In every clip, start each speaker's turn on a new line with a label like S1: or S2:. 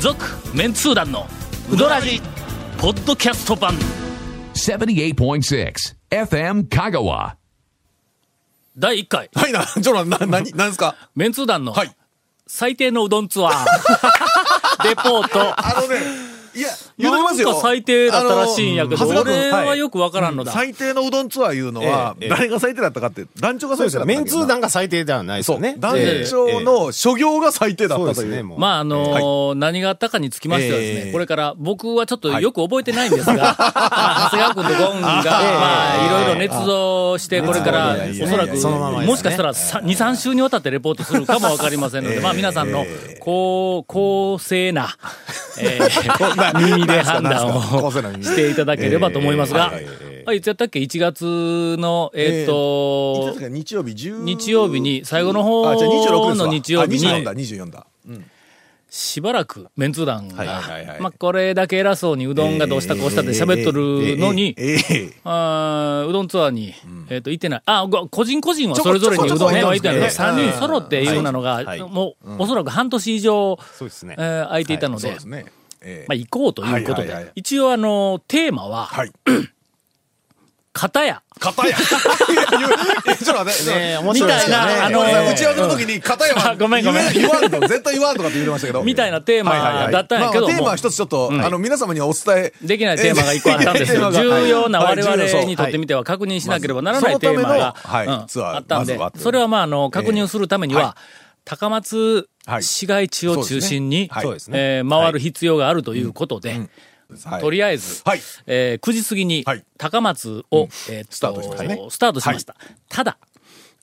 S1: 続メンツー団のウドラジポッドキャスト版
S2: 78.6 FM Kagawa.
S1: 第1回
S3: はいな、 ちょろ、な、なに、なんですか
S1: メンツー団の
S3: はい。
S1: 最低のうどんツア ーレポート
S3: あのね、いや、言うときます
S1: なん
S3: よ。
S1: か最低だったらしいんやけど
S3: あの長谷
S1: 俺
S3: 川君
S1: はよくわからんのだ、
S3: 最低のうどんツアーいうのは、
S4: ええええ
S3: 誰が最低だったかって、団長が
S4: そ
S3: 最
S4: う
S3: 低だった
S4: ですよ。
S3: わけ
S4: メ
S3: や
S4: ン
S3: な
S4: ツー団が最低ではないです
S3: そ
S4: よ
S3: う、
S4: ね。
S3: 団
S4: ええ
S3: 長、の所業が最低だっ
S4: そう
S3: た
S4: で
S3: と
S4: す
S3: い
S4: ね、
S3: う。
S4: もう。
S1: まああのー
S3: は
S1: 何があったかにつきましてはですね、
S3: ええ
S1: これから僕はちょっとよく覚えてないんですが、まあ長谷川君とゴンが、まあ、いろいろ捏造して、これから、
S3: いやいや
S1: おそらく、
S4: そのままですね
S1: もしかしたら2、3週にわたってレポートするかもわかりませんので、まあ皆さんの、こう、公正な、えー耳で判断を
S4: 公正な耳
S1: していただければと思いますが、
S4: えええ
S1: あいつやったっけ ?1 月の、えーっと、
S3: 確か日曜日10
S1: 日曜日に最後の方
S3: あじゃあ26ですわ
S1: の日曜日に
S3: あ24だ24だ
S1: しばらくメンツー団が、
S3: はいはいはい
S1: まあ、これだけ偉そうにうどんがどうしたこうしたって喋っとるのに、
S3: ええ
S1: あーうどんツアーに、えっと行ってないあご個人個人はそれぞれにうどんねは行ってないけど
S4: ちょこちょこ
S1: 3人揃っていうようなのが、
S4: い
S1: もう、おそらく半年以上、
S4: そうですね
S1: えー空いていたので,、
S3: そうですねえ
S1: まあ、
S3: え
S1: 行こうということで、
S3: はいはいはい
S1: 一応あのテーマは
S3: はい
S1: 「片や」
S3: 片 やいやちょっと待って
S4: ねえ面白いですよね
S1: みたいなあの
S3: ごめんなさい
S1: ええ
S3: 打ち合わせの時に片山
S1: あごめんごめん
S3: 言わんと絶対言わんとかって言ってましたけど
S1: みたいなテーマ
S3: はいはいはい
S1: だったんやけど
S3: まあまあテーマ
S1: も
S3: は一つちょっとあの皆様にはお伝え
S1: できないテーマが一個あったんですけど、
S3: え えできないテーマが
S1: 重要な
S3: は
S1: 我
S3: い重要そ
S1: 々
S3: う
S1: にとってみては確認しなければならないテーマが、
S3: そのためのはい
S1: うん
S3: ツアー
S1: あったんで、
S3: まずはという
S1: それはまあ、あの、確認をするためには、
S3: ええは
S1: 高松
S3: はい
S1: 市街地を中心に、
S3: そうです
S4: ねはい
S1: えー回る必要があるということで、
S3: はい
S1: とりあえず、
S3: はい
S1: えー9時過ぎに
S3: はい
S1: 高松を、えーっと
S3: スタートしましたね
S1: スタートしましたただ、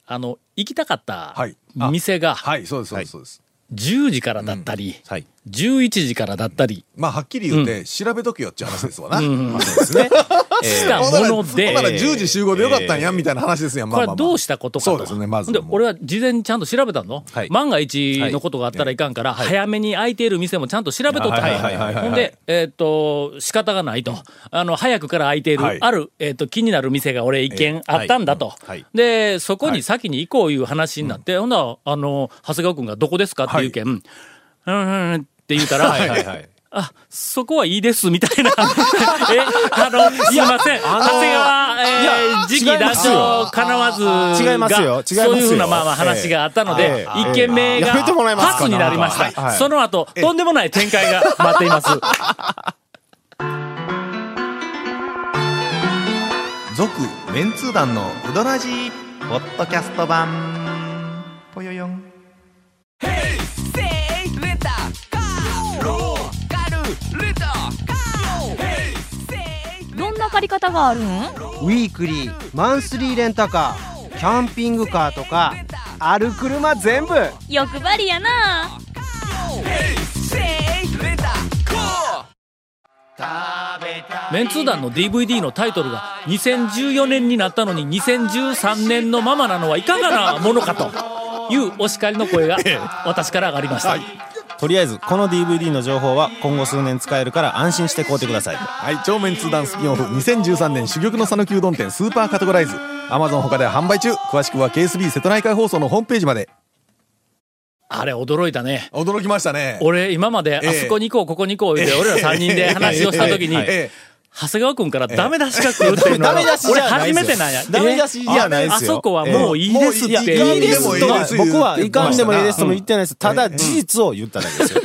S1: あの、行きたかった
S3: はいあ
S1: 店が
S3: はいそうですそうですそうです
S1: 10時からだったり、
S4: はい。
S1: 11時からだったり
S3: まあはっきり言って調べとけよっていう話ですわな
S4: まあそうで すね。
S1: した
S3: ほんなら
S1: もので、
S3: ほんなら10時集合でよかったんやみたいな話ですやんま
S1: こ
S3: あ
S1: れは
S3: まあまあ
S1: どうしたことかと。
S3: そうですねまず
S1: で、
S3: もう
S1: 俺は事前にちゃんと調べたの。
S4: はい
S1: 万が一のことがあったらいかんから、早めに空いている店もちゃんと調べとったの
S4: はいはいはいはい
S1: ほんで、えっと、仕方がないと。あの、早くから空いてい
S3: は
S1: る
S3: い、
S1: ある、えっと、気になる店が俺一軒あったんだと
S4: はいはい。
S1: で、そこに先に行こういう話になって、ほんなら、あの、長谷川君がどこですかっていう件、うん、うんうんって言うから、
S4: はいはいはい。
S1: あ、そこはいいです、みた いな。え、あの、すいません。長谷川、えー、次期
S4: 違い
S1: 団
S4: ますよ
S1: 長、かなわずが、
S4: 違いますよ違いますよ
S1: そういうふうな、まあまあ話があったので
S4: え、え
S1: 一件目が、
S4: やめてもらえますか
S1: パスになりまし
S4: なんか
S1: た。
S4: はい
S1: その後、とんでもない展開が待ってい ます。
S5: 続メンツー団のウドラジーポッドキャスト版ぽよよん
S6: どんな借り方があるん
S7: ウィークリーマンスリーレンタカーキャンピングカーとかある車全部
S6: 欲張りやな
S1: メンツー団の DVD のタイトルが、2014年になったのに2013年のままなのはいかがなものかと。いうお叱りの声が私から上がりました。
S4: とりあえず、この DVD の情報は今後数年使えるから安心して買うてください。
S3: はい、超メンツーダンスピンオフ2013年珠玉の讃岐うどん店スーパーカテゴライズ Amazon 他で販売中詳しくは KSB 瀬戸内海放送のホームページまで
S1: あれ驚いたね。
S3: 驚きましたね
S1: 俺、今まで、
S3: ええ
S1: あそこに行こう、ここに行こう、言うて、俺ら3人で話をしたときに、
S3: ええええええ
S1: 長谷川君からダメ出しが来るっていうのは、
S4: ダメ出しじ
S1: 俺
S4: ゃない
S1: 初
S4: で
S1: め
S4: すよ
S1: てなんや。
S4: ダメ出しじゃないですよ
S1: ああそこはもういいですって。
S3: ええもういい
S4: いいです
S3: いい
S4: と
S3: で
S4: は
S3: す
S4: 僕は
S3: 言って
S4: いか
S3: ま
S4: ん
S3: した
S4: で
S3: な
S4: もいいですとも言ってないです。ただ事実を言っただけですよ。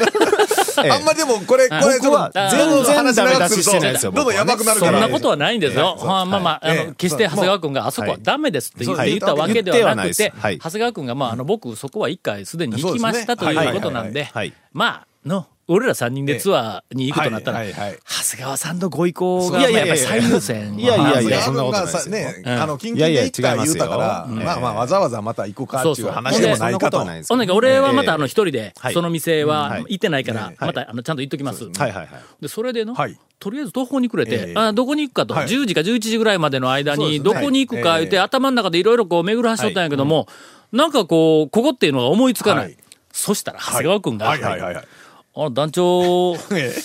S4: え
S3: あんまでもこれこれ
S4: 僕は
S3: ちょっと
S4: 全然
S3: 話長く
S4: ダメ出ししてないですよ
S3: どんどんやばくなる
S1: そ
S3: か
S1: ん
S3: ら
S1: なことはないんですよ。
S3: ええ
S1: まあまあまあ、あ
S3: ええ
S1: の、決して長谷川君があそこはダメですって言っ
S3: は
S1: て言
S3: い
S1: ったわけではなく
S4: 言
S1: て
S4: ってはない、ですはい
S1: 長谷川君がまあ、あの、僕そこは一回すでに行きました
S3: そ
S1: と
S3: うですね
S1: い
S3: は
S1: うこ
S3: い
S1: となん
S4: はい
S1: で
S4: はいはい、
S1: まあ、の、俺ら3人でツアーに行くとなったら、
S3: は
S1: 長
S3: いはいはい
S1: 谷川さんのご意向が、
S4: い
S1: まあ
S4: やい
S1: やっぱ
S4: やいや
S1: り最優先。
S4: いやいやいや
S3: そ
S4: そ
S3: ん
S4: ん
S3: な
S4: な
S3: こ
S4: ことと
S3: な
S4: ないい
S3: で
S4: で
S3: よ
S4: すす
S3: ね、
S4: よ
S1: ん
S3: あの近々で行った言うたから、
S4: いやいや違
S3: ま
S4: いますよ
S3: あまあわざわざまた行こうかっていう話でもないかと
S4: そうそうそんなことはないです
S1: ほんだけ俺はまたあの一人で
S4: は、い
S1: その店
S4: うんは
S1: はい行ってないから、
S4: い
S1: またあのちゃんと言っときます。
S4: はいはいはい。
S1: で、それでの
S3: はい、
S1: とりあえず途方に暮れて
S3: え、え
S1: あどこに行くかと、
S3: はい
S1: 10時か11時ぐらいまでの間
S3: そうで
S1: に、
S3: すね
S1: どこに行くか言って、
S3: はい
S1: 頭の中でいろいろこう巡る走っとったんやけども、なんかこう、ここっていうのが思いつかな
S3: はいい。
S1: そしたら、長谷川くんが、
S3: はいはいはいはい
S1: あ団長、
S3: ええ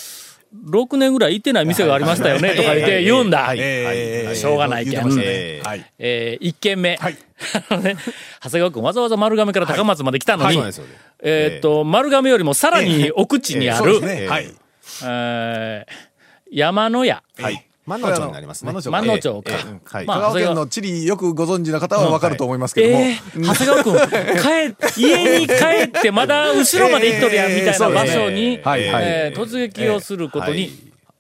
S1: 6年ぐらい行ってない店がありましたよね、とか言って言うんだ。
S3: えー
S1: しょうがないけん
S3: 言ってましたねはい
S1: えー、1軒目。
S3: はい
S1: あのね長谷川君わざわざ丸亀から高松まで来たのに、
S4: はいはいそうなんですよね
S1: えーっと、丸亀よりもさらに奥地にあ
S3: そう
S1: る、
S3: ですね。はい。
S1: えー山の屋。
S4: はい。万能町になりますね。
S3: 万能町
S1: 万能町か。
S4: はい
S1: まあ
S3: 香川県の地理よくご存知の方はわかると思いますけども。
S1: えー、長谷川君、帰、家に帰ってまだ後ろまで行っとるやんみたいな場所に、え
S3: えーそうですねはいはい
S1: ー突撃をすることに、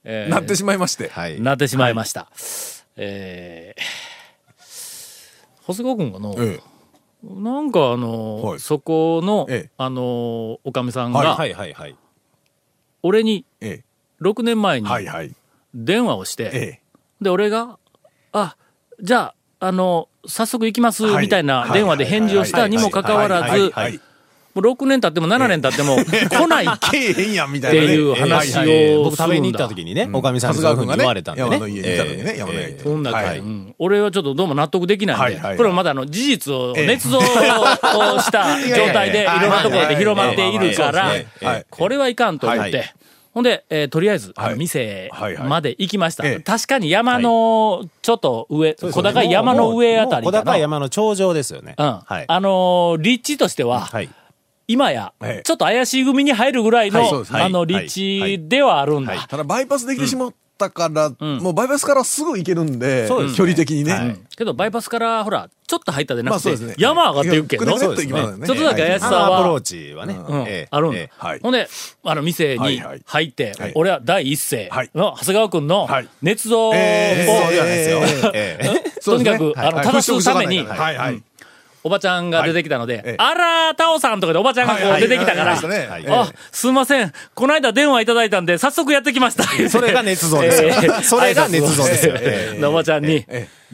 S1: えー
S3: なってしまいまして。
S4: はい。
S1: なってしまいました。えー、長谷川君がの、
S3: え
S1: なんかあの、
S3: はい
S1: そこの、
S3: ええ
S1: あの、おかみさんが、
S3: はい
S4: はいはいはい。
S1: 俺に
S3: ええ
S1: 6年前
S3: え
S1: に
S3: はいはい。
S1: 電話をして、
S3: え
S1: で、俺が、あ、じゃあ、あの、早速行きます、
S3: はい
S1: みたいな電話で返事をしたにもかかわら
S3: え
S1: ず、
S3: はい。っ
S1: もう6年経っても7年経っても来ないっ
S3: けえへんやんみた
S1: て
S3: いなね。
S1: いう話
S3: はいはい
S1: をす
S4: 僕食
S1: る
S4: べ
S1: ん
S4: に行っ
S1: だ
S4: た。時にね、おかみさんに
S3: 長
S4: そうい
S3: 谷
S4: うふう
S3: 川君が
S4: に言
S3: ね
S4: われたん、でね。
S3: 山の家にいたのに
S4: え
S3: ね、
S4: え
S3: 山の家にいた。
S1: そんなか
S3: はい
S1: うん俺はちょっとどうも納得できないんで、
S3: はいはい
S1: これはまだあの事実を
S3: ええ
S1: 捏造を した状態でいろんなところで広まっているか
S3: は
S1: ら
S3: いはいはいそうですねはい、
S1: これはいかんと思っ
S4: は
S1: て。ほんで、えーとりあえず、
S3: はい
S1: あの店
S3: はいはい
S1: まで行きました。
S3: ええ
S1: 確かに山のちょっと上、
S4: そうです
S1: 小
S4: ね
S1: 高い山の上あたり
S4: もう
S1: か
S4: 小
S1: な。
S4: 高
S1: う
S4: い
S1: ん。
S4: 山の頂上ですよね。はい。
S1: あのー立地としては、
S4: はい。
S1: 今や
S3: ええ、
S1: ちょっと怪しい組に入るぐらいの、
S3: はいそうですね
S1: あの、
S4: はい
S1: 立地ではあるんだ。
S4: はいは
S3: ただバイパスできてしまったから、
S1: ん
S3: もうバイパスからすぐ行けるんで、
S4: そうですね
S3: 距離的にね。
S4: は
S1: う
S4: い
S1: んけど、バイパスから、ほら、ちょっと入ったでな
S3: まあ
S1: くて、
S3: そうですね。
S1: 山上がっていくけど、
S3: いやくねくねっと
S1: ち
S3: 行き
S1: ょ
S3: ま
S1: っ
S3: すよね。
S1: とだけ怪し
S4: あ
S1: さ
S4: のアプロ
S1: は
S4: ー、チはね。
S1: うん
S4: ええ
S1: あるんだ、
S4: ええ
S3: はい
S1: ほんで、あの、店
S3: はい
S1: に
S3: はい
S1: 入って、
S3: はい
S1: 俺は第一声
S3: はい
S1: の長谷川君の
S3: はい
S1: 捏造を、
S3: えー
S4: そうじゃないですよ。ええ
S1: とにか
S3: そう
S1: く、
S3: ですね
S1: あの、
S3: はい
S1: 正すために、
S3: はいはい。
S1: おばちゃんが出てきたので、
S3: いええ
S1: あらー、タオさんとかでおばちゃんがこう出てきたから、
S3: はいはいはい
S4: はい
S1: あ、すいません。この間電話いただいたんで、早速やってきました。
S4: それが捏 造ですよ
S1: えー
S4: それが捏造ですよ
S1: 挨拶をしてでおばちゃんに、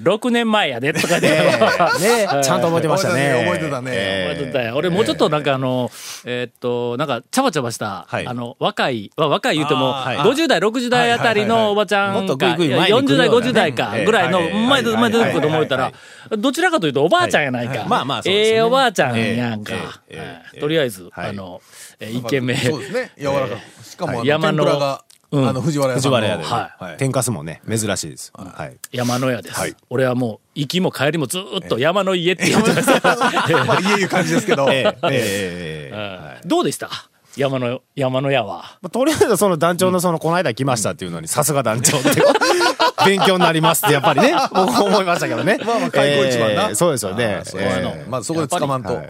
S1: 6年前やで、とかで、覚
S4: ねちゃんと覚えてましたね。
S3: 覚えてたね
S1: えて
S4: え
S1: たよ俺もうちょっとなんかあの、えーっと、なんか、ちゃばちゃばした、
S4: はい
S1: あの、若い、わ若い言うても、
S4: あーはい
S1: 50代、60代あたりのおばちゃん
S4: もっと
S1: か、
S4: グイグイ前に
S1: 40
S4: 来る
S1: 代、
S4: ようなね
S1: 50代か、ぐらいの、
S4: ええ
S1: 前で、前で出てくると思った
S4: は
S1: ら
S4: い、
S1: どちらかというとおばあちゃんやないか。
S4: はいまあまあそうです
S1: え
S4: ね
S1: えおばあちゃんやんか。
S4: ええええ
S1: はいとりあえず、
S4: はい
S1: あの、えー一軒目。
S3: そうですね。柔らかく。しかも、あの、天
S1: 山の
S3: ぷらが、
S1: うん
S3: あの、藤原屋
S4: 藤
S3: さんの。
S4: 原屋でね。
S1: はい
S3: はい
S4: 天かすもね、珍しいです。はい。
S1: 山の屋です、
S3: はい
S1: 俺はもう行きも帰りもずーっと山の家って言ってました、
S3: まあ、家いう感じですけど。
S4: ええええええ
S1: うんどうでした山の山の屋は
S4: まあとりあえずその団長のその、この間来ましたっていうのに、さすが団長っていう、 勉強になりますってやっぱりね、僕思いましたけど ね。
S3: まあまあ開口一番な
S4: えーそうですよね。
S3: そういうの
S4: えー
S3: まあ、そこで捕まんと。
S4: はい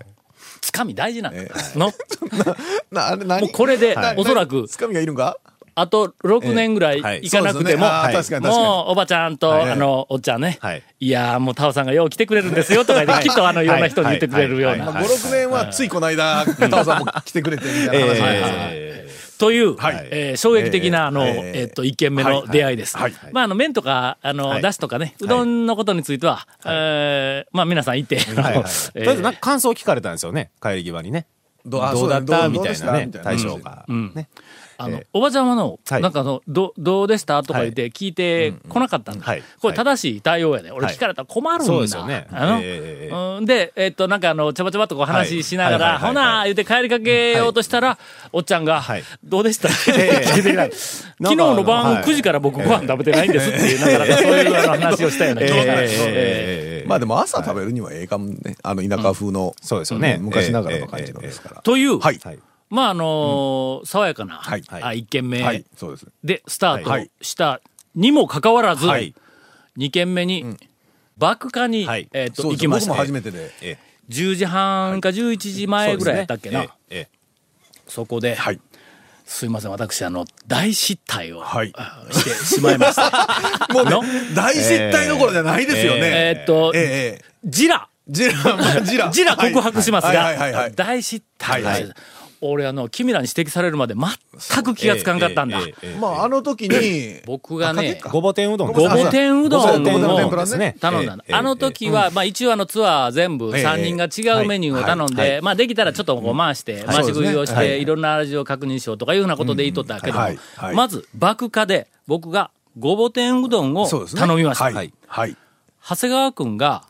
S1: つかみ大事なんだ、
S3: え
S1: の
S3: な、あれ何
S1: もうこれで、
S3: な
S1: おそらく
S3: つかみがいるんか
S1: あと6年ぐらい
S4: ええはい
S1: 行かなくても、
S3: そうですねあー確かに確かに
S1: もうおばちゃんと、
S3: い
S1: あのおっちゃんね、
S4: はい
S1: い、やーもうタオさんがよう来てくれるんですよとか言ってきっとあのいろんな人に言ってくれるよう
S4: はい
S1: な
S4: はい
S3: ま
S4: は
S3: あ、5、6年はついこの間、片尾さんも来てくれてみたいな話
S4: え
S3: で
S4: ー
S1: という、
S3: はい
S1: えー衝撃的な、あの、え
S3: え
S1: ー
S3: ー
S1: っと、一軒目の出会いです。
S3: はいはい
S1: まあ、あの、麺とか、あの、
S4: はい
S1: だしとかね、うどんのことについては、えーまあ、皆さん行って、あの
S4: はいはいと
S1: え
S4: りあえず、
S1: ー
S4: なんか感想聞かれたんですよね、帰り際にね。
S3: ど
S4: ど
S3: うあ
S4: うだっ
S3: そ
S4: た
S3: う
S4: み
S3: どう
S4: た
S3: で
S4: い
S3: した
S4: なね
S3: みたい、な
S4: 大将が。ね
S1: あの
S4: えー
S1: おばちゃまの、
S4: はい
S1: なんかあの、ど、どうでしたとか言って聞いてこなかったんだ。
S4: はい
S1: これ正しい対応やね。俺
S4: はい
S1: 聞かれたら困るんだ。
S4: そうですよね
S1: あの、
S4: え え
S1: うんで、えっと、なんかあの、ちゃばちゃばっとこう話ししながら、
S4: はいはいはい
S1: ほ
S4: はい
S1: な、言って帰りかけようとしたら、おっちゃんが、
S4: はい
S1: どうで した、
S4: ええ
S1: 昨日の
S4: な
S1: 晩
S4: んかあ
S1: 9時から僕ご飯食べてないんですって いう、なかなかそういうあの話をしたよね。
S4: えーえーえーえーえー
S3: まあでも朝食べるにはええかもね。あの、田舎風の。
S4: そうですよね
S3: ん昔ながらの感じのですから。
S1: という、
S3: はい。
S4: はい
S1: まああのー爽やかな、
S3: はい
S1: あ一軒目
S3: はい。そうです。
S1: でスタ
S3: は
S1: ー
S3: い
S1: トしたにもかかわらず、
S4: はい
S1: 二軒目に、爆化に、
S4: はい
S1: えーと
S3: そ
S1: 行
S3: うです
S1: きまし
S3: 僕も
S1: た
S3: 初めてで。
S4: え
S1: 10時半か11時前
S4: ー
S1: ぐらいやったっけな、そ
S4: えーえ
S1: こで、
S3: はい。
S1: すいません私あの大失態を、
S3: はい
S1: あしてしまいました
S3: もうね
S1: の、
S3: 大失態どころじゃないですよ
S1: え
S3: ね。
S1: ーっと、
S3: ええええ。
S1: ジラ
S3: ジラ、まあジラ。
S1: ジラ告白しますが、
S3: はいはいはいはい。
S1: 大失態、
S3: はいはい
S1: 俺あの君らに指摘されるまで全く気がつかんかったんだ、
S4: えーえーえーえー
S3: まあ、あの時に、
S1: 僕がね
S3: か
S4: ごぼ天うどん
S1: ごぼ天うどん
S3: ごぼ天うどん
S1: を
S3: ですね
S1: 頼んだの。あの時は、まあ一応あのツアー全部
S3: ええ
S1: 3人が違うメニューを頼んで、まあできたらちょっとこう回して、回し食いをして、いろんな味を確認しようとかいうふうなことで言いとったけども
S3: はいは、い
S1: まず爆化で僕がごぼ天うどんを
S3: そうですね。
S1: 頼みました。
S3: はい。はい。
S1: 長谷川くんが、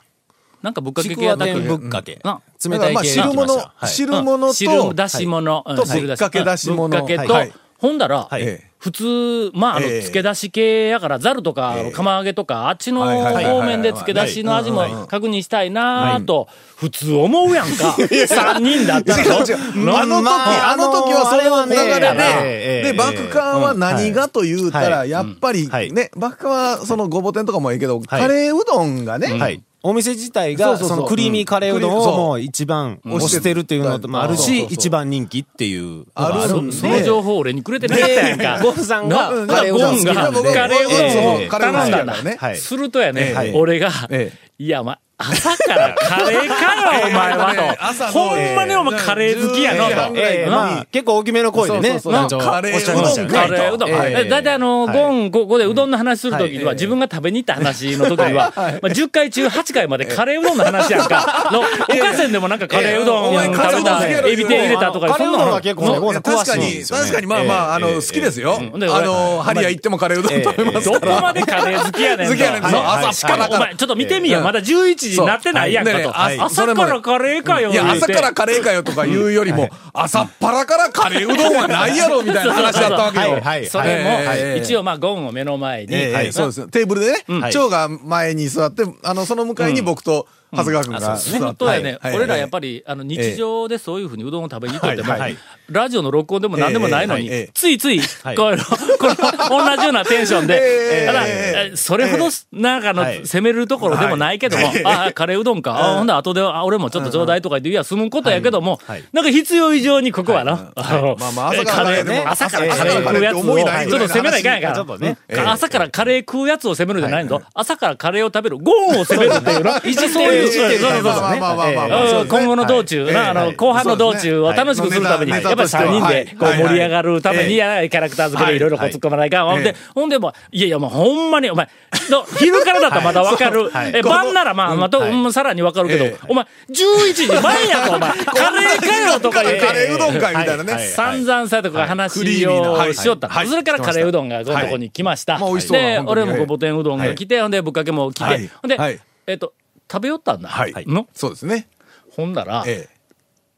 S1: なんかぶっかけ
S4: ち
S1: 系
S4: く
S1: や
S4: わ
S1: ったっけ
S4: 天ぶっかけ
S1: な。
S3: だ
S4: 冷
S3: か
S4: た
S3: ら
S4: い
S3: まあ、
S4: 系が
S3: 汁
S4: 来ま
S3: 物
S4: したは、い
S3: 汁物と、
S1: 汁出し物、うん
S3: と
S1: 汁
S3: ぶっかけ出し物
S1: ぶっかけ
S3: は
S1: と
S3: い、
S1: ほんだら、
S4: はい
S3: え
S1: 普通、まあ、あの、
S3: ええ
S1: 漬け出し系やから、ざるとか
S3: ええ、
S1: 釜揚げとか、あっちの
S3: はいはいはいはい
S1: 方面で漬け出しの味
S3: はいうんうんう
S1: も確認したいなぁと、普通思うやん か。3人だったら。
S3: 違う違う。あの時、
S4: まあ
S3: あの時はその流
S4: あれはね
S3: れ
S4: ええ
S3: で、で、バクカーは何がと言うた
S4: は
S3: ら、やっぱり
S4: はい
S3: ね、バクカーはそのごぼ天とかもいいけど、カレーうどんがね、
S4: はい。お店自体
S3: そう
S4: が、
S3: そうそう
S4: そのクリーミーカレーうどん
S3: うんクリーそ
S4: を
S3: う
S4: もう一番
S3: ん
S4: 推してるっていうのもある
S3: そうそう
S4: し、
S3: そう
S4: 一番人気っていうの
S3: あ
S4: が
S3: る
S4: あるん
S3: ん
S4: で。
S1: その情報を俺にくれてなかったやんか。
S4: ゴンさんが
S1: な
S4: カレーうどん好きなんで
S1: ゴンがカレー
S4: え
S1: うどん
S4: え
S1: を頼んだん
S3: ええ
S1: だ。
S4: はい
S1: するとやね、
S3: ええ
S1: 俺が、
S3: え
S1: いや、お前、朝からカレーかよ、お前 はと。
S3: 朝の
S1: ほんまにお前カレー好きやの
S3: ええ
S1: と。
S4: ええ、まあ、結構大きめの声でね、
S3: そうそうそう
S4: 団長
S3: カレー
S4: おっしゃいましたよね
S1: カレーうどん。
S4: はい
S1: だいたいあの、
S4: はい
S1: ゴン、ここでうどんの話するときに
S3: は
S1: は、
S3: い
S1: 自分が食べに行った話のときには、まあ10回中8回までカレーうどんの話やん か。の、おかせんでもなんかカレーうどん
S3: いやいやお
S1: 食
S3: 前
S1: べた、
S3: カレーうどん好きやろ
S1: エビ天入れたとか、
S4: カレ
S1: そ
S4: ー
S1: んな
S4: うどん
S1: の
S4: は結構ね、ゴンさん詳
S3: 確
S4: しい
S3: か
S4: んで
S3: に、
S4: すよね。
S3: 確かに、まあまあ、あの、好きですよ。あ
S1: えええ
S3: の、ハリア行ってもカレーうどん食べます
S1: どこまでカレー好きやねんと。
S3: 好きやねんそう
S1: はい
S3: 朝
S1: しかも、
S3: はい
S1: お前、ちょっと見てみや、
S3: うん
S1: まだ11時になってないやんか
S3: そう
S1: と。
S3: はいねえねえあそ
S1: 朝
S3: れも
S1: からカレーかよ。
S3: いや、
S1: 言うて
S3: 朝からカレーかよとか言うよりも、朝っぱらからカレーうどんはないやろみたいな話だったわけ
S4: は
S3: よ
S4: い、。はい、
S1: そ
S4: はい。
S1: れも、
S3: はい
S1: はい一応まあ、ゴンを目の前に、
S3: ええそうですねテーブルでね、長が前に座って、あの、その向かいに僕と長谷川君が
S1: す
S3: 座
S1: る
S3: って。
S1: とやね、
S3: はい
S1: 俺らやっ
S3: り。
S1: ぱり、あの、日常でそういうふうにうどんを食べに行っとっても、
S3: はい
S4: はい
S1: ラジオの録音でも何でもないのに、
S3: ええええ
S1: ついつい、
S4: い
S1: こういうの、この同じようなテンションで、
S3: ええ
S1: ただ、
S3: え
S1: えそれほど、なんかの、
S4: はい
S1: 攻めるところでもないけども、ああ、カレーうどんか、ああほんで後で、あ俺もちょっとちょうだいとか言って、いや、済むことやけども、
S4: はいはい
S1: なんか必要以上にここはな、あの
S3: まあまあ朝から
S1: カレー
S3: ね
S1: ね、朝から
S3: 朝
S1: カ
S3: か
S1: レー食うやつ
S3: らカレーって思い
S1: を、
S3: ない
S1: ちょっと攻めないかんやから。
S4: ちょっとね。
S1: か朝からカレー食うやつを責めるんじゃないんだ、朝からカレーを食べる、ゴーンを責めるっていうな。一応そういう、そうそうそうそう
S3: まあまあまあまあまあ。
S1: うん今後の道中、
S3: はい
S1: なあ
S3: は
S1: の
S3: い
S1: 後半の道中を楽しくするために、
S3: は
S1: や
S3: い
S1: っ
S3: そ
S1: ぱ
S3: う
S1: り
S3: ですね
S1: 3人でこう
S3: はいはい
S1: 盛り上がるために、やキャラクター付けでいろいろこう突っ込まないかん。ほんで、ほんでもう、いやいや、もうほんまに、お前、の昼からだったらまだわかる。え、晩ならまあ、まあ、とうんさらにわかるけ
S3: ええ
S1: ど、お前、11時前やぞ、お 前、カレーかよとか言って
S3: カ。レーうどんかみたいなね。
S1: 散々さとか
S3: はいクリ
S1: 話
S3: ーミーなはい
S1: をしよった、
S3: はい
S1: それからカレーうどんがこのとこに来ました、
S3: はいまあ美味しそうな
S1: で
S3: 本当に
S1: 俺もごぼ天うどんが来て、ほんでぶっかけも来て、
S3: はい
S1: ほんで、
S3: はい
S1: えっと食べよったんだ、
S3: はい
S1: の
S3: そうですね。
S1: ほんなら、
S3: え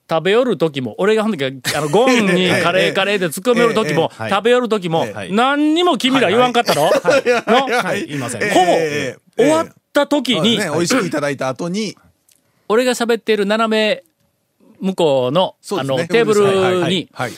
S1: 食べよる時も俺がほんであのゴンに
S3: ええ
S1: カレーカレーで突っ込めよる時も、
S4: ええええ
S1: 食べよる時も、
S4: ええ
S1: 何にも君ら言わんかったろ、の
S4: はい、いません。
S1: ほぼ、
S3: ええ
S1: 終わった時に、
S3: ね、美味しくいただいた後に、
S1: 俺が喋っている斜め向こうの,、
S3: そう
S1: あ
S3: ですね。
S1: のテーブルに
S3: はい。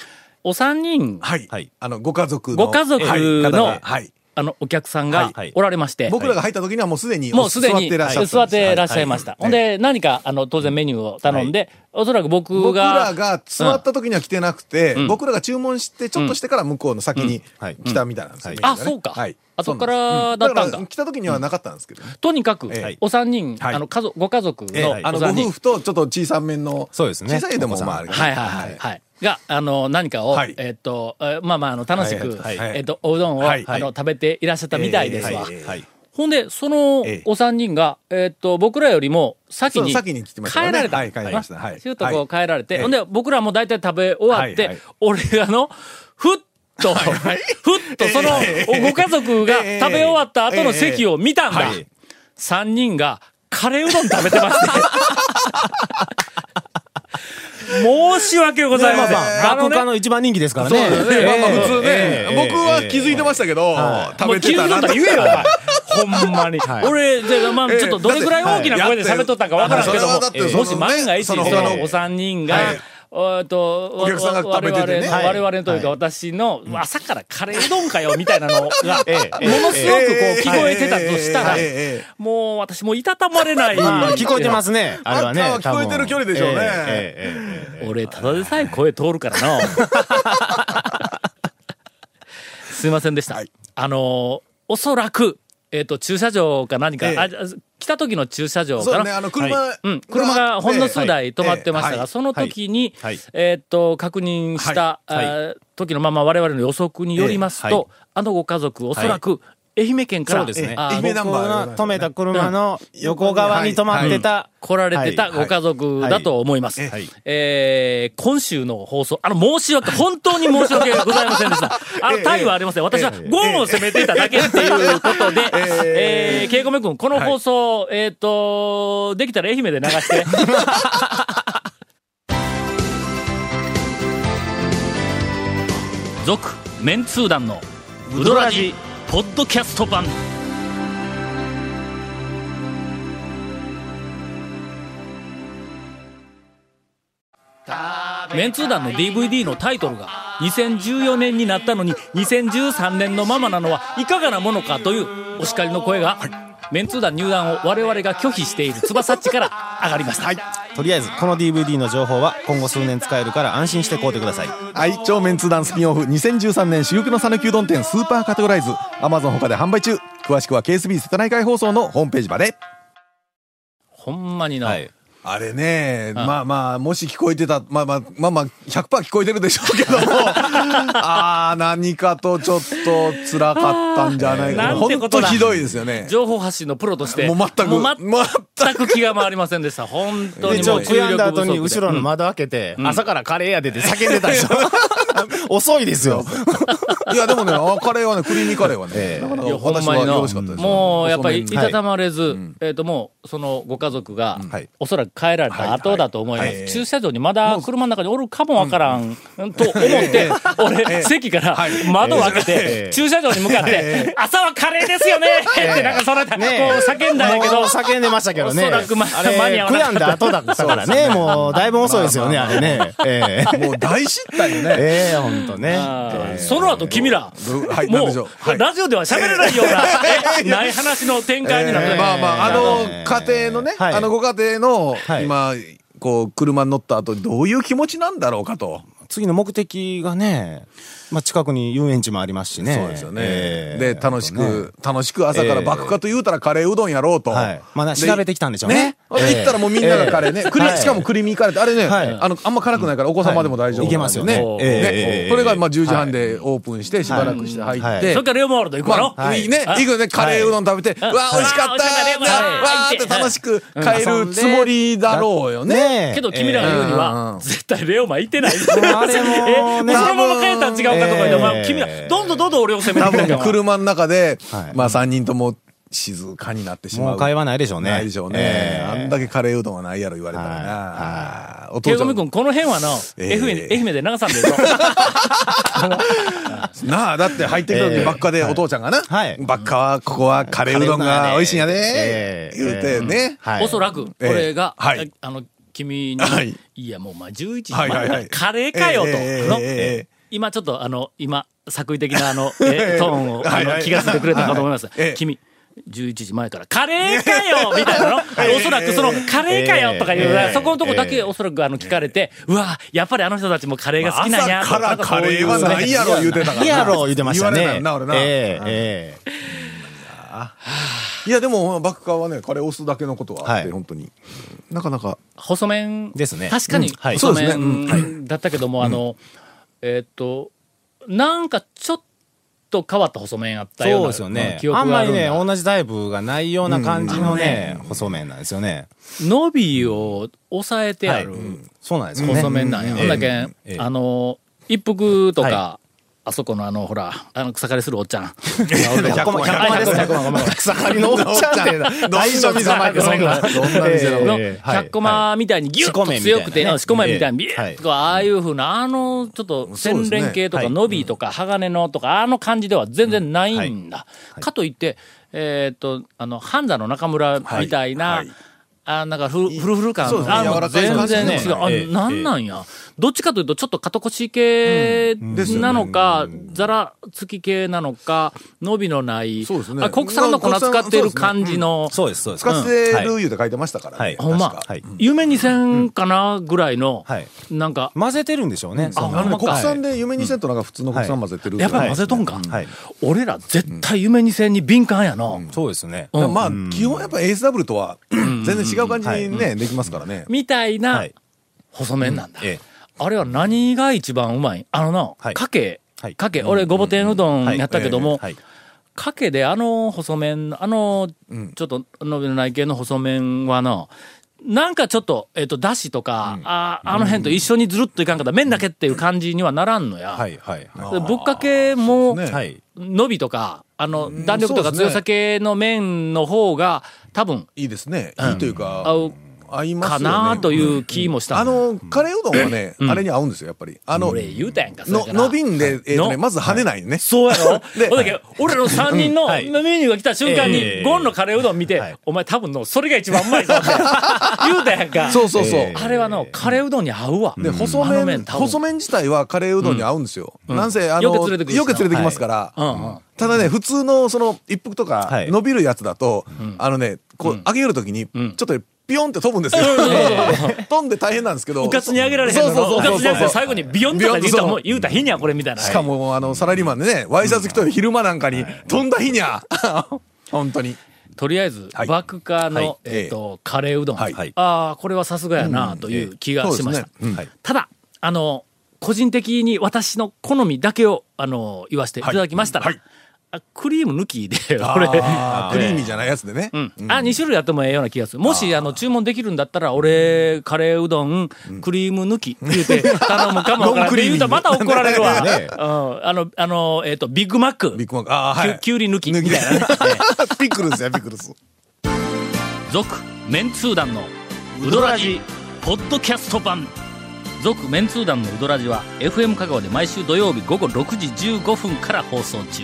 S1: お三人、
S3: はい。
S4: はい
S3: あの、ご家族の。
S1: ご家族の
S3: はいはい。
S1: あのお客さん
S4: は
S1: が
S4: いはい
S1: おられまして、
S3: 僕らが入った時にはもうすでに、
S1: もうすでに
S3: 座ってらっしゃ
S1: 座ってらっしゃいました。ほんで、何か、あの、当然メニューを頼んで、おそらく僕
S3: 僕ら
S1: が、
S3: が座った時には来てなくて、
S1: ん
S3: 僕らが注文してちょっとしてから向こうの先に
S4: はい
S3: 来たみたいなんですよ、
S4: うん
S3: メニューがね
S1: あそうか
S3: はい、
S1: 後からだったんか
S3: うら来た時にはなかったんですけどね、
S1: とにかく
S3: ええ、
S1: お三人、
S3: はい
S1: あの、家族、ご家族
S3: ええ
S1: の
S3: あ
S1: お
S3: のご
S1: 三人
S3: 夫、婦とちょっと小さめの
S4: そうです
S3: 小
S4: ね
S3: さいでもまああれ
S1: はいはいはい。はい。が、あの、何かを
S3: はい、
S1: えっと、えまあまあ、あの、楽しく、
S3: はいはいはい
S1: えっと、おうどんを、あ
S3: はい
S1: の、食べていらっしゃったみたいですわ
S3: ええ。
S4: はい。
S1: ほんで、その
S3: ええ
S1: お三人が、えっと、僕らよりも先
S3: そう
S1: に、
S3: 先に来てましたから
S1: 帰られ
S3: ね
S1: た。
S3: はい帰りましたはい
S1: シュートこう帰られて、
S3: はい
S1: ほんで、僕らも大体食べ終わって、
S3: はいはい
S1: 俺がの、ふっと、ふっと、その、ご家族が
S3: ええ
S1: 食べ終わった後の席を見たんだ。
S3: はい
S1: 三人が、カレーうどん食べてま して。申し訳ございません。あ
S4: 学
S1: のね
S4: 科の一番人気ですからね。
S3: そうですね、まあまあ普通ね、僕は気づいてましたけど、
S1: も
S3: 食
S1: う
S3: べてたな
S1: 気づいとったら言えよ、お前。ほんまに。俺、じゃあまあ、
S3: え
S1: ちょっとどれぐらい大きな声で喋っとったかわからんけども
S3: だってだっ、て
S1: もし万が一、
S3: そ
S1: そ
S3: のねその他の
S1: のお三人が、
S3: はい
S1: えっと、
S3: お客さんが食べててね
S1: 我々の、
S4: はい
S1: 我々のというか私の、朝からカレーうどんかよ、みたいな のが、
S4: ええええ
S1: ものすごくこう聞こえてたとしたら
S3: ええええええ、
S1: もう私もういたたまれない。
S4: まあ、聞こえてますね。あれはね。
S3: バッターは聞こえてる距離でしょうね
S4: 多分ええええええ
S1: 俺、ただでさえ声通るから な。すいませんでした。あのーおそらく、えっ、と、駐車場か何か、
S3: ええ
S1: あじゃあ来た時の駐車場
S3: そ
S1: か
S3: う
S1: な。
S3: ねあの車、
S1: うん、車がほんの数台止まってましたが、
S3: はい
S1: その時に、
S4: はいはい
S1: えーっと、確認した、
S4: はいはい
S1: あー時のまま我々の予測によりますと、
S4: ええはい
S1: あのご家族、おそらく、愛媛県から、
S4: そうですね
S1: あー
S3: 愛媛ナンバーが
S4: 僕の止めた車の横側に止まってた。
S1: 来られてた
S4: はい
S1: ご家族だと思います。
S4: はいはい
S1: えー今週の放送、あの、申し訳、本当に申し訳ございませんで した。あの、タイはありません。私はゴンを攻めていただけっていうことで、えー、ケイコメ君、この放送、えっ、と、できたら愛媛で流して。 続、メンツー団のウドラジポッドキャスト版メンツー団の DVD のタイトルが2014年になったのに2013年のままなのはいかがなものかというお叱りの声が、メンツー団入団を我々が拒否している翼っちから上がりました、
S4: とりあえずこの DVD の情報は今後数年使えるから安心して買うてください
S3: 愛鳥メンツー団スピンオフ2013年珠玉の讃岐うどん店スーパーカテゴライズ Amazon 他で販売中詳しくは KSB 瀬戸内海放送のホームページまで
S1: ほんまにな、
S4: はい
S3: あれね、まあまあ、もし聞こえてた、まあまあ、まあまあ、100%聞こえてるでしょうけ ども、ああ、何かとちょっと辛かったんじゃないか
S1: あー
S3: な。
S1: なんて
S3: 本
S1: こと
S3: 当
S1: だ
S3: ひどいですよね。
S1: 情報発信のプロとして
S3: もう全く
S1: もう全く気が回りませんでした本当
S4: で
S1: に
S4: ち
S1: も
S4: ょ
S1: う
S4: 悔やんだ後に
S1: 注力不足
S4: 後
S1: で
S4: ろの窓開けて、朝からカレーやでって叫んでたでしょ遅いですよ
S3: いや、でもね、あカレーはね、クリーミーカレーはね、
S4: ええ
S3: なかないか
S1: やほん
S3: 私
S1: ま
S3: は
S1: に
S3: よ
S1: な
S3: ろしかったですよ
S1: もうやっぱりい
S3: 細
S1: た
S3: 麺
S1: たまれず、えっ、ともうそのご家族が、
S3: はい
S1: おそらく帰られた後だと思います、
S3: はいはい
S1: 駐車場にまだ車の中におるかもわからん、と 思って、俺、席から窓を開けて、
S4: ええ
S1: 駐車場に向かって、朝はカレーですよね ってなんかそれ、
S4: ねえ
S1: こう叫んだんやけ
S4: も
S1: ど
S4: う叫んでましたけどね
S1: おそらくま
S4: あれ
S1: 間に合わな
S4: 悔
S1: か
S4: や
S1: った
S4: んだ後だったからねもうだいぶ遅いですよねあれねええ
S3: もう大失態よね。
S4: ええ本当ね
S1: あーその後君ら、
S3: どはいなん
S1: も
S3: でしょ
S1: う
S3: う、はい
S1: ラジオでは喋れないよ うな、えない話の展開になって、
S3: まあまあ、あ
S4: え
S3: の、
S4: え
S3: 家庭のね、
S4: はい
S3: あのご家庭の、
S4: はい
S3: 今、こう、車に乗った後、どういう気持ちなんだろうかと。
S4: 次の目的がね、まあ、近くに遊園地もありますしね
S3: そうですよね。
S4: ええ
S3: で、楽し
S4: 本当ね
S3: く、楽しく朝から爆破と言うたらカレーうどんやろうと。
S4: はいまあな
S3: で
S4: 調べてきたんでしょうね
S3: あ
S4: ええ
S3: 行ったらもうみんながカレーね。
S4: ええ
S3: クリ
S4: はい
S3: しかもクリーミーカレーって、あれね、
S4: はい
S3: あの、あんま辛くないからお子様でも大丈夫、
S4: いけますよね
S3: ね。
S4: ええええ
S3: これがまあ10時半でオープンして、しばらくして入って。
S4: はい
S1: それからレオモールド行く
S3: ま
S1: わろ、
S3: あ、いいね、行くね、カレーうどん食べて、うわ、美味しかった
S1: はい
S3: ー
S1: はい
S3: ねわーって楽しく帰るつもりだろうよね。
S4: ねえ
S1: けど君らが言うに
S3: うんうんう
S1: は、
S3: ん
S1: 絶対レオマいてない。
S4: あれも
S1: え、
S4: ね
S1: そのまま帰ったら違うかとか言って、お前
S4: えー
S1: 君ら、どんどんどんどん俺を責め
S3: 多
S1: てくる
S3: 分
S1: から。
S3: 車の中で、
S4: はい
S3: まあ3人とも静かになってしまう。
S4: もう会話ないでしょうね
S3: ないでしょうね。
S4: ええ
S3: あんだけカレーうどんはないやろ言われたらな。お
S1: ケ
S3: 父
S1: イ
S3: ちゃ
S1: ゴミ
S3: ん
S1: 君、この辺はな、
S3: えー
S1: 愛媛愛媛で流さんでいいぞ
S3: なあ、だって入ってくる時ばっかでお父ちゃんがな、
S4: はい
S3: ばっかはここはカレーうどんが美味しいんやで
S4: え、え
S3: 言うてね。
S4: は
S1: おそらく、こ
S3: えー
S1: れが、
S3: はい
S1: えあの、君に、
S3: はい
S1: い、や、もうお前11時、
S3: はいはい
S1: ま
S3: はい
S1: だカレーかよと、
S3: えーえー
S1: の
S3: えー
S1: 今ちょっと、あの、今、作為的な、あ の、えートーンを、あ
S3: はいは
S1: の
S3: い
S1: 気がついてくれたかと思います。
S3: えー
S1: 君11時前から、カレーか よみたいなの、おそらくその、カレーかよとかいう、
S4: えー
S1: そこのとこだけ、おそらくあの、聞かれて、うわ、やっぱりあの人たちもカレーが好きなんや、
S3: 朝から
S1: とか
S3: カレーは
S1: そういう
S3: ないやろ言うてたからな。
S4: いいやろ言ってましたね。
S3: 言われたよな、俺な。
S4: えええ
S3: いや、でも、バッカーはね、カレー押すだけのことはあっ
S4: は
S3: て、
S4: い
S3: 本当に。なかなか。
S1: 細麺
S4: ですね
S1: 確かに
S4: うんはい
S1: 細
S3: そうですねうん
S1: 麺だったけども、あのえーっとなんかちょっと変わった細麺あった
S4: え
S1: よう
S4: そう
S1: な
S4: ですよね
S1: ん記。憶
S4: あん
S1: があ
S4: ま
S1: る
S4: り
S1: ん
S4: ね、
S1: だ
S4: 同じタイプがないような感じのね、細麺なんですよね。
S1: 伸びを抑えてある
S4: うんそうなんですよね。
S1: 細麺なんや、
S4: う
S1: ほんだけん、
S4: ええ
S1: あの一服とか、
S4: は
S1: あそこのあのほらあの草刈りするおっちゃん
S4: 100コマ、100コマですね。100コマごめんごめん草刈りのおっちゃんって、大丈夫ざまって、そんな。
S3: どんな店なの
S1: の
S4: ええはい
S1: 100コマみたいにギュッと
S4: はい
S1: 強くて、
S4: 四股目
S1: 四股目み
S4: みたいなね
S1: たいにビュ
S4: は
S1: ッ
S4: い
S1: とか、ああいうふうな、あの、ちょっと洗練系と
S4: そうですねは
S1: か、
S4: い
S1: 伸びとか、鋼のとか、あの感じでは全然ないんだ。かといって、えっと、あの、半座の中村みたいな、あなんかフルフルフル感、
S3: そうですね
S1: あも
S3: 柔
S1: う
S3: らかい
S1: 全
S3: 感じ
S1: 然
S3: ね
S1: 違う。あ、
S4: ええ
S1: なんなんや。どっちかというと、ちょっと肩腰系
S3: ですよね
S1: なのか、ざらつき系なのか、伸びのない、
S3: そうですね
S1: あ国産の粉使ってる感じの、
S4: そうです、そうです。
S3: 使って
S4: うんはい
S3: る言うて書いてましたからね。
S4: はい
S1: ほんま
S3: 確か、
S4: はい
S1: 夢にせんかなぐらいの、
S4: はい
S1: なんか、
S4: 混ぜてるんでしょうね。その
S1: あ
S3: あのね
S1: ほんまか
S3: 国産で夢にせんとなんか普通の国産混ぜてる
S1: やっぱり混ぜとんか、
S4: はい
S1: 俺ら絶対夢にせんに敏感やな、
S4: そうですね。
S3: だからまあ、基本やっぱ ASW とは全然違う感じにね、できますからね。
S1: みたいな
S4: はい
S1: 細麺なんだ、
S4: ええ
S1: あれは何が一番うまいあのな、
S4: はい
S1: かけ
S4: はい
S1: かけ俺ごぼ天うどんやったけども、
S4: はい。
S1: かけであの細麺あのちょっと伸びのない系の細麺はななんかちょっと、えっ、と、だしとか、ああの辺と一緒にずるっといかんかったら、麺だけっていう感じにはならんのや。
S4: はい、はい。は
S1: でぶっかけも、
S3: ね
S4: はい。
S1: 伸びとか、あの、弾力とか
S3: そうです
S1: 強
S3: ね
S1: さ系の麺の方が、多分、
S3: いいですね。いいというか、
S1: 合う
S3: 合いますよ
S1: か
S3: ね
S1: なという気もした
S3: あ
S1: の
S3: のカレーうどんはね、あれに合うんですよやっぱりあの
S1: 俺言うたやんかそれ
S3: の
S1: から
S3: 伸びんで、えーとね、
S1: の
S3: まず跳ねないね、
S1: そうやろ
S3: で
S1: ほんだけ俺の3人の
S4: うんは
S1: メニ
S4: い
S1: ューが来た瞬間
S4: え
S1: に
S4: え
S1: ゴンのカレーうどん見て、
S4: はい
S1: お前多分のそれが一番うまいぞって 言うたやんか
S3: そうそうそう、
S4: え
S1: あれはのカレーうどんに合うわ
S3: で細
S1: あの
S3: 麺
S1: 麺多分
S3: 細麺自体はカレーうどんに合うんですよ、なんせあの
S1: よく連れてくるしな
S3: よ連れてきますから、
S1: うんうん
S3: ただね普通のその一服とか
S4: はい
S3: 伸びるやつだと、あのねこう、上げるときにちょっとねピヨンって飛ぶんですよ、 飛んで大変なんですけど
S1: うかつにあげられへん
S3: そ
S1: の
S3: うそう
S1: の
S3: そう
S1: か
S3: うそう
S1: つにあげて最後にビヨンとか言うたらもう言うたらへんやこれみたいな
S3: しかもあのサラリーマンでねワイシャツ着と昼間なんかに飛んだ日に ゃ本当に
S1: とりあえず、
S3: はい
S1: バクカーの、
S3: はい
S1: えっとカレーうどん、
S3: はい
S4: はい
S1: ああこれはさすがやなという気がしました、
S3: そうですねうん
S4: はい
S1: ただあの個人的に私の好みだけをあの言わせていただきましたら、
S3: はい
S1: あクリーム抜きで これ
S3: あークリーミーじゃないやつでね、
S1: うんあ2種類あってもええような気がするもしあの注文できるんだったら俺カレーうどんクリーム抜き って言って頼むかもわからんって言うとまた怒られるわ、
S4: ね
S1: うんあのあのえっ、とビッグマック
S3: ビッグマックああは
S1: きゅ
S3: い
S1: きゅうり抜きみたいなね
S3: ピクルスやピクルス
S1: 続メンツー団のウドラジポッドキャスト版続メンツー団のウドラジは FM 香川で毎週土曜日午後6時15分から放送中